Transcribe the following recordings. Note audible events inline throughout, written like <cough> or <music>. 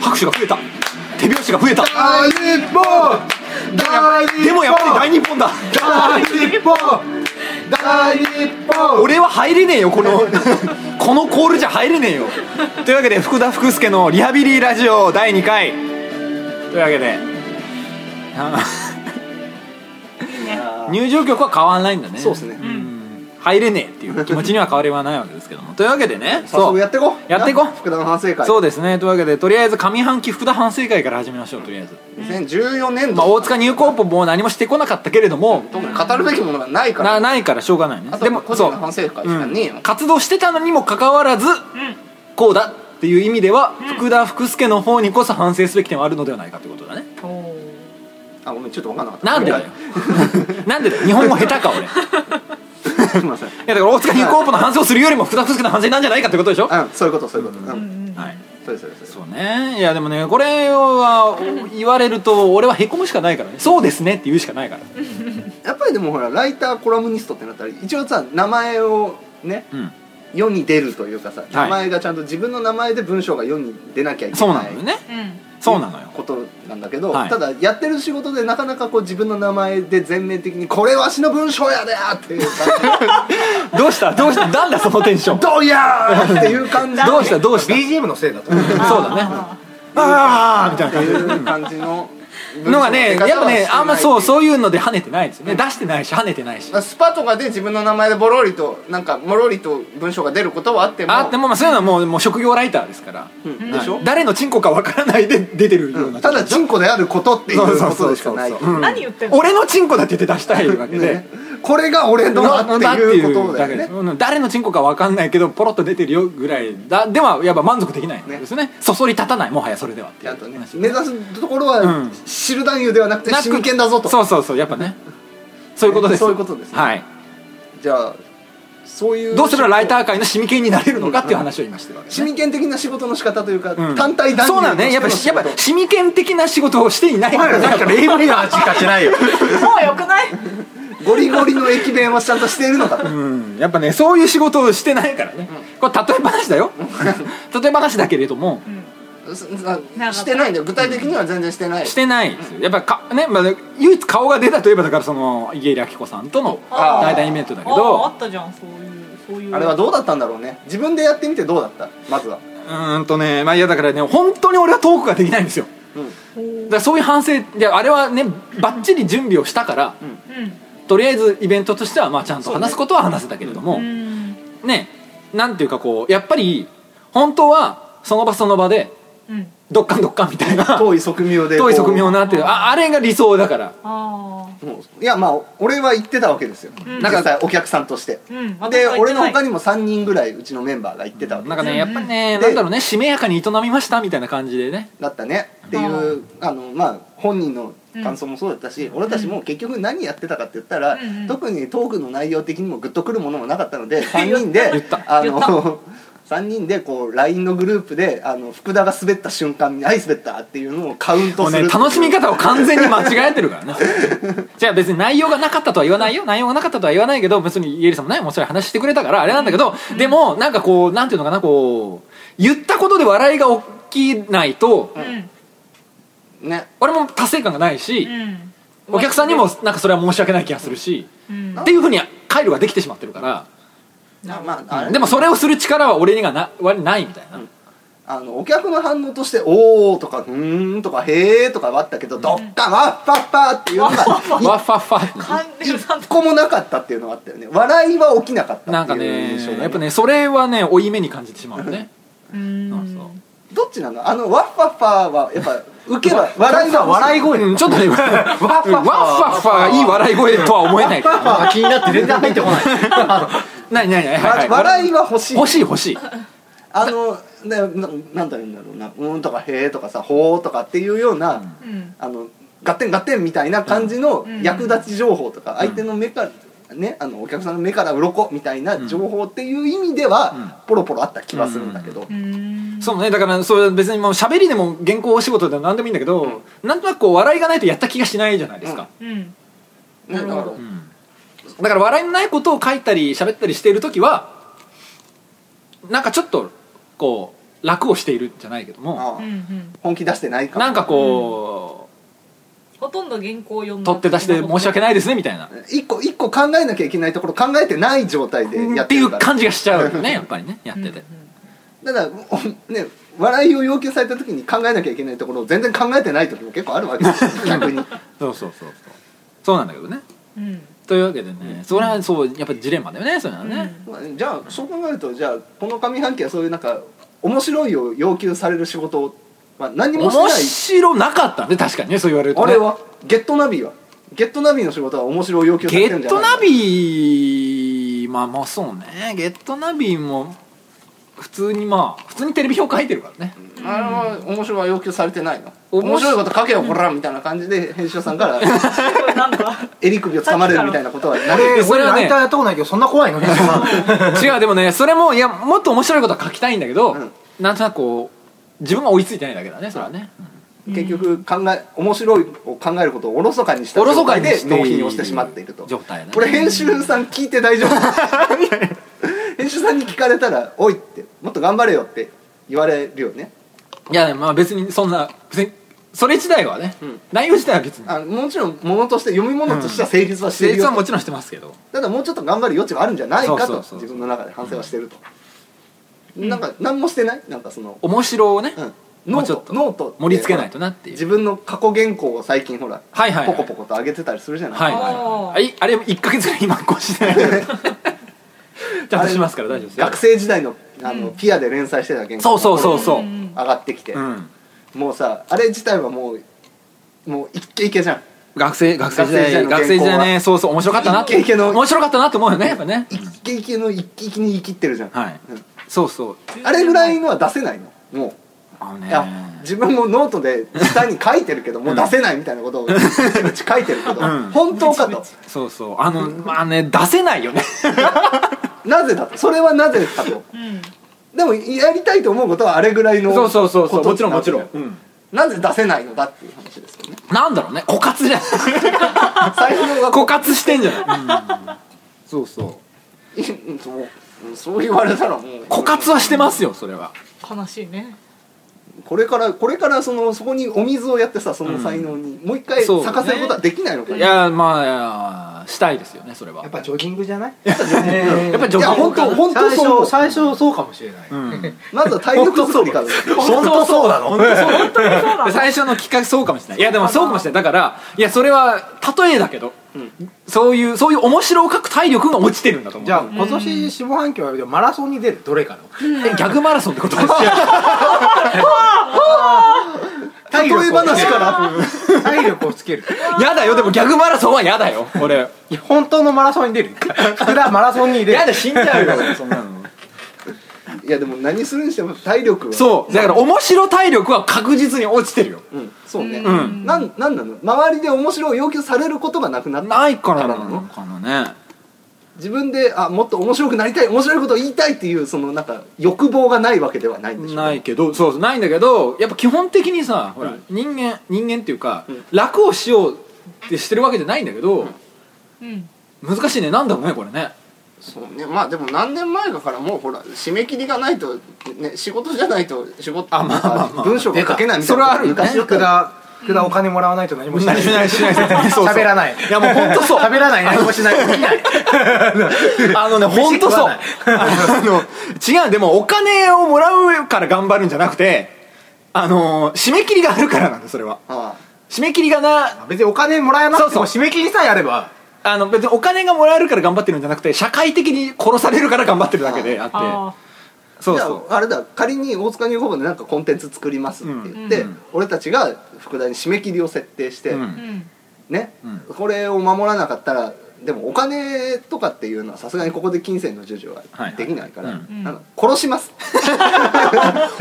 拍手が増えた手拍子が増えた大日本大日本でもやっぱり大日本だ大日本大日本俺は入れねえよこ <laughs> のこのコールじゃ入れねえよというわけで福田福助のリハビリラジオ第2回というわけであー入場曲は変わんないんだねそうですね入れねえっていう気持ちには変わりはないわけですけどもというわけでね早そう速やってこやってこ福田の反省会そうですねというわけでとりあえず上半期福田反省会から始めましょうとりあえず、 2014年まあ、度大塚ニューコーポも何もしてこなかったけれども特に語るべきものがないからなないからしょうがないねあとでも個そ人うの反省会しかねえようん活動してたのにもかかわらず、こうだっていう意味では、福田福助の方にこそ反省すべき点はあるのではないかってことだねあごめんちょっと分かんなかったなんで <laughs> だよなんでだよ日本語下手か俺 <laughs> い <laughs> すいませんやだから大塚ニューコーポの反省をするよりも福田福助の反省なんじゃないかってことでしょ、うんそういうことそういうことうんはいそうですそうですそうねいやでもねこれは言われると俺はへこむしかないからねそうですねって言うしかないからやっぱりでもほらライターコラムニストってなったら一応さ名前をねうん世に出るというかさ名前がちゃんと自分の名前で文章が世に出なきゃいけないそうなのよね、そうなのよことなんだけど、はいただやってる仕事でなかなかこう自分の名前で全面的に「これわしの文章やで!」っていう <laughs> 感どうしたどうしたなんだそのテンショ <laughs> ンじ「どうやー!」っていう感じどうしたどうした BGM のせいだと思うそうだねああみたいなっ感じていう感じののがねやっぱねあんまそううそういうので跳ねてないですよね出してないし跳ねてないしスパとかで自分の名前でボロリとなんかもろりと文章が出ることはあってもあでもまあそういうのはもうもう職業ライターですから、うんはいでしょ誰のチンコかわからないで出てるような、ただチンコであることっていそううそうこそとうでしそかうないうん何言ってんの俺のチンコだって言って出したいわけで、ねこれが俺のだっていうことだよねうん誰のチンコかわかんないけどポロッと出てるよぐらいだではやっぱ満足できないんですよねそそり立たないもはやそれではってちいゃうんとね話目指すところうんは知る男優ではなくてなく真剣だぞとそうそうそうやっぱねそういうことですそういうことですねはいじゃあそういうどうすればライターー界のシミケンになれるのかっていう話を今してるわけです市民権的な仕事の仕方というか、うん単体男優そうなんねやっぱやっぱシミケン的な仕事をしていないからなんか例外が味がしないよもうよく <laughs> ないゴリゴリの駅弁はちゃんとしているのか <laughs> と、うんやっぱねそういう仕事をしてないからねこれ例え話だよ例え話だけれどもすなしてないんだよ具体的には全然してない、してないですよやっぱかねまあ唯一顔が出たといえばだからその家入明子さんとのあー対談イベントだけあああどったじゃんそういうそういうあれはどうだったんだろうね自分でやってみてどうだったまずはうーんとねまあいやだからね本当に俺はトークができないんですよだからそういう反省いやあれはねばっちり準備をしたからうとりあえずイベントとしてはまあちゃんと話すことは話せたけれども、んうんねなんていうかこうやっぱり本当はその場その場でうんどっかんどっかんみたいな遠い側面で遠い側面をこなっていうああれが理想だからあうもういやまあ俺は言ってたわけですよ、んなんかさお客さんとして、あうんで俺の他ににも3人ぐらいうちのメンバーが言ってたわけなんかねやっぱりねでなんだろうねしめやかに営みましたみたいな感じでねだったねっていうあのまあ本人の感想もそうだったし、俺たちも結局何やってたかって言ったら、うんうん特にトークの内容的にもグッとくるものもなかったので3人で <laughs> 言ったあ言 <laughs> っの3人でこう LINE のグループであの福田が滑った瞬間に「はい滑った」っていうのをカウンもトうすねる楽しみが方を完全に間違えてるからねじゃあ別に内容がなかったとは言わないよ内容がなかったとは言わないけど別にイエリさんもねもうそれ話してくれたからあれなんだけど、でもなんかこうなんていうのかなこう言ったことで笑いが起きないと、うんね俺も達成感がないし、うんお客さんにもなんかそれは申し訳ない気がするし、うんっていうふうに回路ができてしまってるから、まあまああれでもそれをする力は俺にがな割にないみたいな、あのお客の反応として「おお」とか「うーん」とか「へーとかはあったけど「どっかわっぱっぱ」っていうのがわっファッファカンデルさん一個もなかったっていうのがあったよね笑いは起きなかったっていうなんかね印象だやっぱねそれはね負い目に感じてしまうねうそうそんうどっちなのあのワッファッファーはやっぱ受けは笑いが笑い声うんちょっと <laughs> ねワッファッファがいい笑い声とは思えないパパが気になって全然入ってこない何何何わ笑いは欲しい欲しい欲しいあのねななんだろうなうーんとかへーとかさほーとかっていうような、うんあのガッテンガッテンみたいな感じのうん役立ち情報とか、相手の目からねあのお客さんの目から鱗みたいな情報っていう意味では、ポロポロあった気はするんだけど、うんそうねだからそれ別にもう喋りでも原稿お仕事でも何でもいいんだけど、なんとなくこう笑いがないとやった気がしないじゃないですか、うんねだから、うんだから笑いのないことを書いたり喋ったりしている時はなんかちょっとこう楽をしているじゃないけどもあうんうん本気出してないかなんかこほとんど原稿読んうだ取って出しで申し訳ないですねみたいな一個一個考えなきゃいけないところ考えてない状態でやっってているうから感じがしちゃうよねやっぱりねやっててだ <laughs> からおね笑いを要求された時に考えなきゃいけないところを全然考えてない時も結構あるわ <laughs> けですよ逆にそうそうそうそうそうなんだけどねうんうんというわけでねそれはそうやっぱりジレンマだよねそういうのはうんねまあじゃあそう考えるとじゃあこの上半期はそういうなんか面白いを要求される仕事を、まあ、何も面し白なかったね確かにねそう言われるなといあねれはゲットナビはゲットナビの仕事は面白いを要求されゲてるんじッゃなトいかナビまあまあそうねゲットナビも普通にまあ普通にテレビ表書いてるからねあれは面白いは要求されてないの面白面白いいこと書けよほらみたいな感じで編集さ <laughs> んからこれなんだ襟首を掴まれるみたいなことはないえそれ俺はねライターやったことないけどそんな <laughs> 怖いのね違うでもねそれもいやもっと面白いことは書きたいんだけど、うんなんとなくこう自分が追いついてないだけだねそれはね、結局考え面白いを考えることをおろそかにしたおろ状そか態にでして納品をしてしまっていると状態だねこれ編集さん聞いて大丈夫 <laughs> 編集さんに聞かれたら「おい」って「もっと頑張れよ」って言われるよねいやねまあ別にそんな別にそれ自体はね、うん内容自体は別にあもちろんものとして読み物としては成立はして成る立よ、はもちろんしてますけどただもうちょっと頑張る余地はあるんじゃないかそうそとうそう自分の中で反省はしてると、なんか何もしてないなんかその、面白をね、うんもノうちょーっトとノートって盛り付けないとなっていう自分の過去原稿を最近ほら、はいはいはいポコポコと上げてたりするじゃない、はいおーはいあれ1か月ぐらい今こうしてない <laughs> ちゃんとしますから大丈夫ですよ学生時代のあの、うんピアで連載してた原稿そうそうそうそうんん上がってきて、うんもうさあれ自体はもうもうイッケイケじゃん学生学生時代学学生生時時代の原稿は代ねそうそう面白かったなってイケイケの面白かったなと思うよねやっぱね、イッケイケのイッケイケに言い切ってるじゃん、はいうんそうそうあれぐらいのは出せないのもあのう、ねいや自分もノートで下に書いてるけどもう出せないみたいな <laughs> ことをうちうち書いてるけど、うん本当かとそうそうあのまあね出せないよねなぜだとそれはなぜかとうんでもやりたいと思うことはあれぐらい <laughs> のそうそうそうそうこともちろんもちろんなわ、けだよなぜ出せないのだっていう話ですよねなんだろうね枯渇じゃん <laughs> 才能が枯渇してんじゃない、そうそういうんそううんそう言われたらもう枯渇はしてますよそれは悲しいねこれからこれからそのそこにお水をやってさその才能に、もう一回そう咲ねかせることはできないのかいやまあいやしたいですよねそれはやっぱジョギングじゃない <laughs> やっぱジョギングやっぱジョギングいや本当本当最そう思う初最初そうかもしれない、うんでまずは体力作りから本当 <laughs> そうなの本当そう本当にそうだ最初の企画そうかもしれないいやでもそうかもしれないだからいやそれは例えだけど、そういうそういう面白を書く体力が落ちてるんだと思うじゃあ今年下半期はマラソンに出るどれかのえギャグマラソンってこと <laughs> 例え話からら <laughs> 体力をつけるやだよでもギャグマラソンはやだよ俺いや本当のマラソンに出る福田マラソンに出るやだ死んじゃうよそんなのいやでも何するにしても体力はそうだから面白体力は確実に落ちてるよう、ん、そうね、うんなんなんなの周りで面白いを要求されることがなくなったないからなのかなね自分であもっと面白くなりたい面白いことを言いたいっていうそのなんか欲望がないわけではないんでしょうねないけどそうそうないんだけどやっぱ基本的にさほら、人間人間っていうか、ん楽をしようってしてるわけじゃないんだけど、うん難しいねなんだろうねこれねそうねまあでも何年前かからもうほら締め切りがないと、ね、仕事じゃないと仕事あまあまあまあ文章が書けないみたいなそれはあるよね昔だった福ら田福田お金もらわないと何もしない何もしないしないしない <laughs> そうそう喋らないいやもう本当そう <laughs> 喋らない何もしないできない <laughs> あのね本当そう飯 <laughs> あの違うでもお金をもらうから頑張るんじゃなくてあの締め切りがあるからなんでそれはあ締め切りがな別にお金もらえなくてそうもそ締め切りさえあればあの別にお金がもらえるから頑張ってるんじゃなくて社会的に殺されるから頑張ってるだけであっあてあそうそじゃああれだ仮に大塚入高校でなんかコンテンツ作りますって言って、うんうん俺たちが副題に締め切りを設定して、う、う、あうんんね、うんこれを守らなかったらでもお金とかっていうのはさすがにここで金銭の授受ははいできないから、うんあの殺します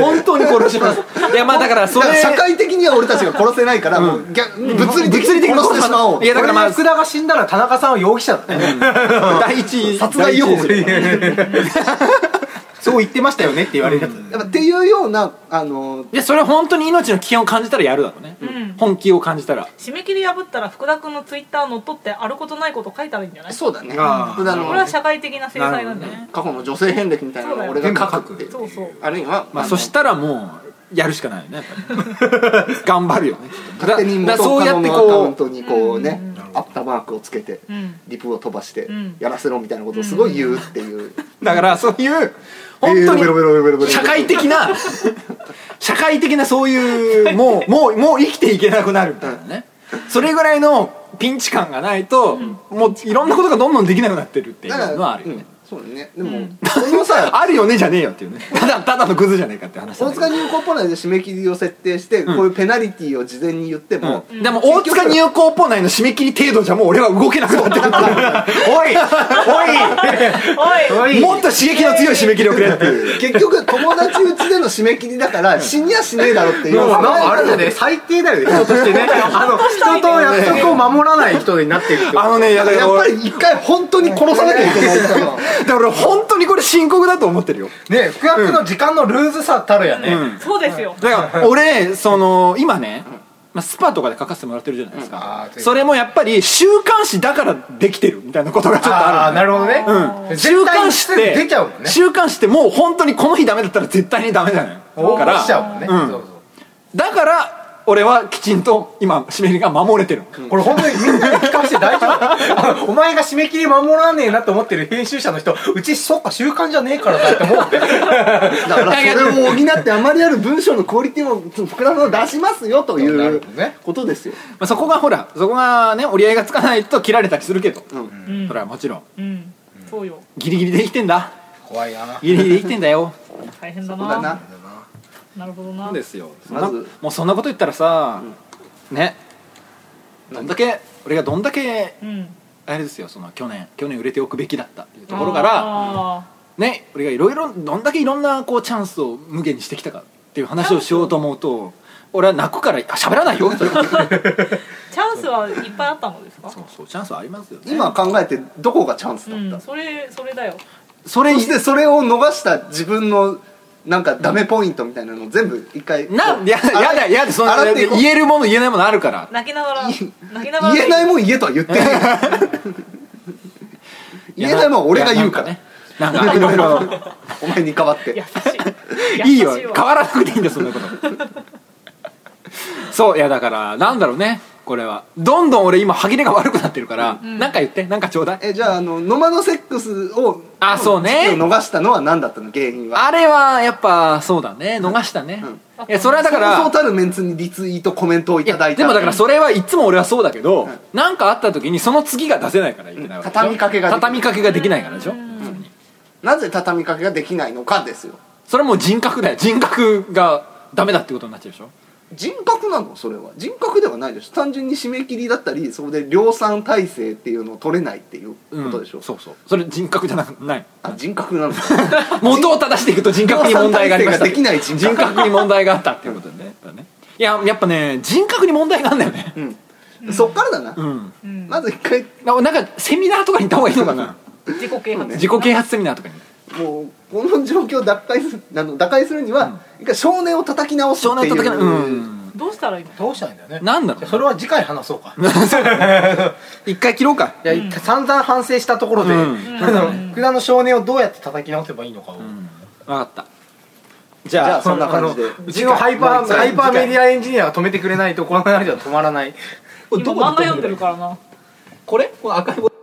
本当に殺しますいやまあだからそだかれら社会的には俺たちが殺せないから、もう逆物理的に殺してしまおういやだからまあこれで福田が死んだら田中さんは容疑者だね第一殺害予告第一そう言ってましたよねって言われるやつやっぱっていうようなあのいやそれ本当に命の危険を感じたらやるだろうね、うん本気を感じたら締め切り破ったら福田君のツイッター乗っ取ってあることないこと書いたらいいんじゃないそうだねあー普段これはの社会的な制裁なんだよね過去の女性遍歴みたいなのを俺が書くっていうそうそうあるいは、まあ、のそしたらもうやるしかないよねやっ <laughs> ぱり頑張るよね勝手にだだ元そうカやノってのアカウンこトにこうねうんうんアッターマークをつけてうんリプを飛ばしてうんやらせろみたいなことをすごい言うっていううだからそういう本当ベロベロベロベロベロベロに社会的 <laughs> な社会的なそういうもうもうもう生きていけなくなるみたいなねそれぐらいのピンチ感がないと、もういろんなことがどんどんできなくなってるっていうのはあるようねん、そうだねでも、うんこのさ <laughs> あるよねじゃねえよっていう <laughs> ねただただのグズじゃねえかって話な大んだけど塚入校ポ内で締め切りを設定して、こういうペナリティを事前に言っても、うんでも大塚入校ポ内の締め切り程度じゃもう俺は動けなくな <laughs> ってるおいおいおいもっと刺激の強い締め切りをくれっていう <laughs> 結局友達うちでの締め切りだから死にはしねえだろっていう、もうなんかあれだよね最低だよね人としてねあの人と約束を守らない人になってるってあのねだからやっぱ俺り一回本当に殺さなきゃいけないか <laughs> らだから俺本当にこれ深刻だと思ってるよね福君の時間のルーズさたるやね、うんそうですよだから俺その今ねまあスパとかで書かせてもらってるじゃないですうんあかーそれもやっぱり週刊誌だからできてるみたいなことがちょっとあああるなるほどね、う週絶対刊に誌って出ちゃうもんね週刊誌ってもう本当にこの日ダメだったら絶対にダメじゃないだか出らちゃうもんね、うんそうそうだから俺はきちんと今締め切りが守れてるこれ本当にみんなに聞かせて大丈夫お前が締め切り守らねえなと思ってる編集者の人うちそっか習慣じゃねえからだって思ってだからそれを補ってあまりある文章のクオリティを福田さん出しますよといなるうほどねことですよまあ、そこがほらそこがね折り合いがつかないと切られたりするけど、うんうんそれはもちろんうんそうよギリギリで生きてんだ怖いなギリギリで生きてんだよ大変だそうだなななるほどなですよそんなまずもうそんなこと言ったらさ、ねどんだけ俺がどんだけうんあれですよその去年去年売れておくべきだったっていうところからあね俺がいろいろどんだけいろんなこうチャンスを無限にしてきたかっていう話をしようと思うと俺は泣くからあ喋ら <laughs> ないよそれはーチャンスはいっぱいあったのですかそうそうチャンスはありますよね今考えてどこがチャンスうだった、んそれそれだよそれそしてそれを逃した自分のなんかダメポイントみたいなのを全部一回なこんうややだやだその洗っていこう言えるもの言えないものあるから泣きながら泣きながら言えないもん言えとは言ってる <laughs> 言えないもん俺が言うからいやなんかねなんかいろいお前に代わっ優てしろい <laughs> いいよ <laughs> 優し変わわらなくていいんだそんなこと <laughs> そういやだからなんだろうねこれはどんどん俺今歯切れが悪くなってるから、うんなんか言ってなんかちょうだいえじゃああのノマドセックスをあそうね時期を逃したのは何だったの原因はあれはやっぱそうだね逃したね、うんいやそれはだからそうそうたるメンツにリツイートコメントをいいやただいたでもだからそれはいつも俺はそうだけど、んなんかあった時にその次が出せないからいけないわけでしょ畳みかけができない畳みかけができないからでしょ、うん別になぜ畳みかけができないのかですよそれはもう人格だよ人格がダメだってことになっちゃうでしょ人格なのそれは人格ではないでしょ単純に締め切りだったりそこで量産体制っていうのを取れないっていうことでしょ、うんそうそうそれ人格じゃなくないあ人格なの <laughs> 元を正していくと人格に問題がありました量産体制ができない人格人格に問題があったっていうことでねだねいややっぱね人格に問題があんだよねうんそっからだな、うんうんまず一回ななんかセミナーとかに行った方がいいのかな自己啓発自己啓発セミナーとかにもうこの状況を脱会するあの打開するには、一回少年を叩き直す少ってい年うとかうんどうしたらいいのどうしたらいいんだよねなんだろうねそれは次回話そうか一回切ろうかいや一回散々反省したところで、うんあの福田の少年をどうやって叩き直せばいいのかうを、ん分かったじじゃあそんな感じであのうちのハイパーハイパーメディアエンジニアが止めてくれないとこの話は止まらない今漫画読んでるからなこれこの赤いボタ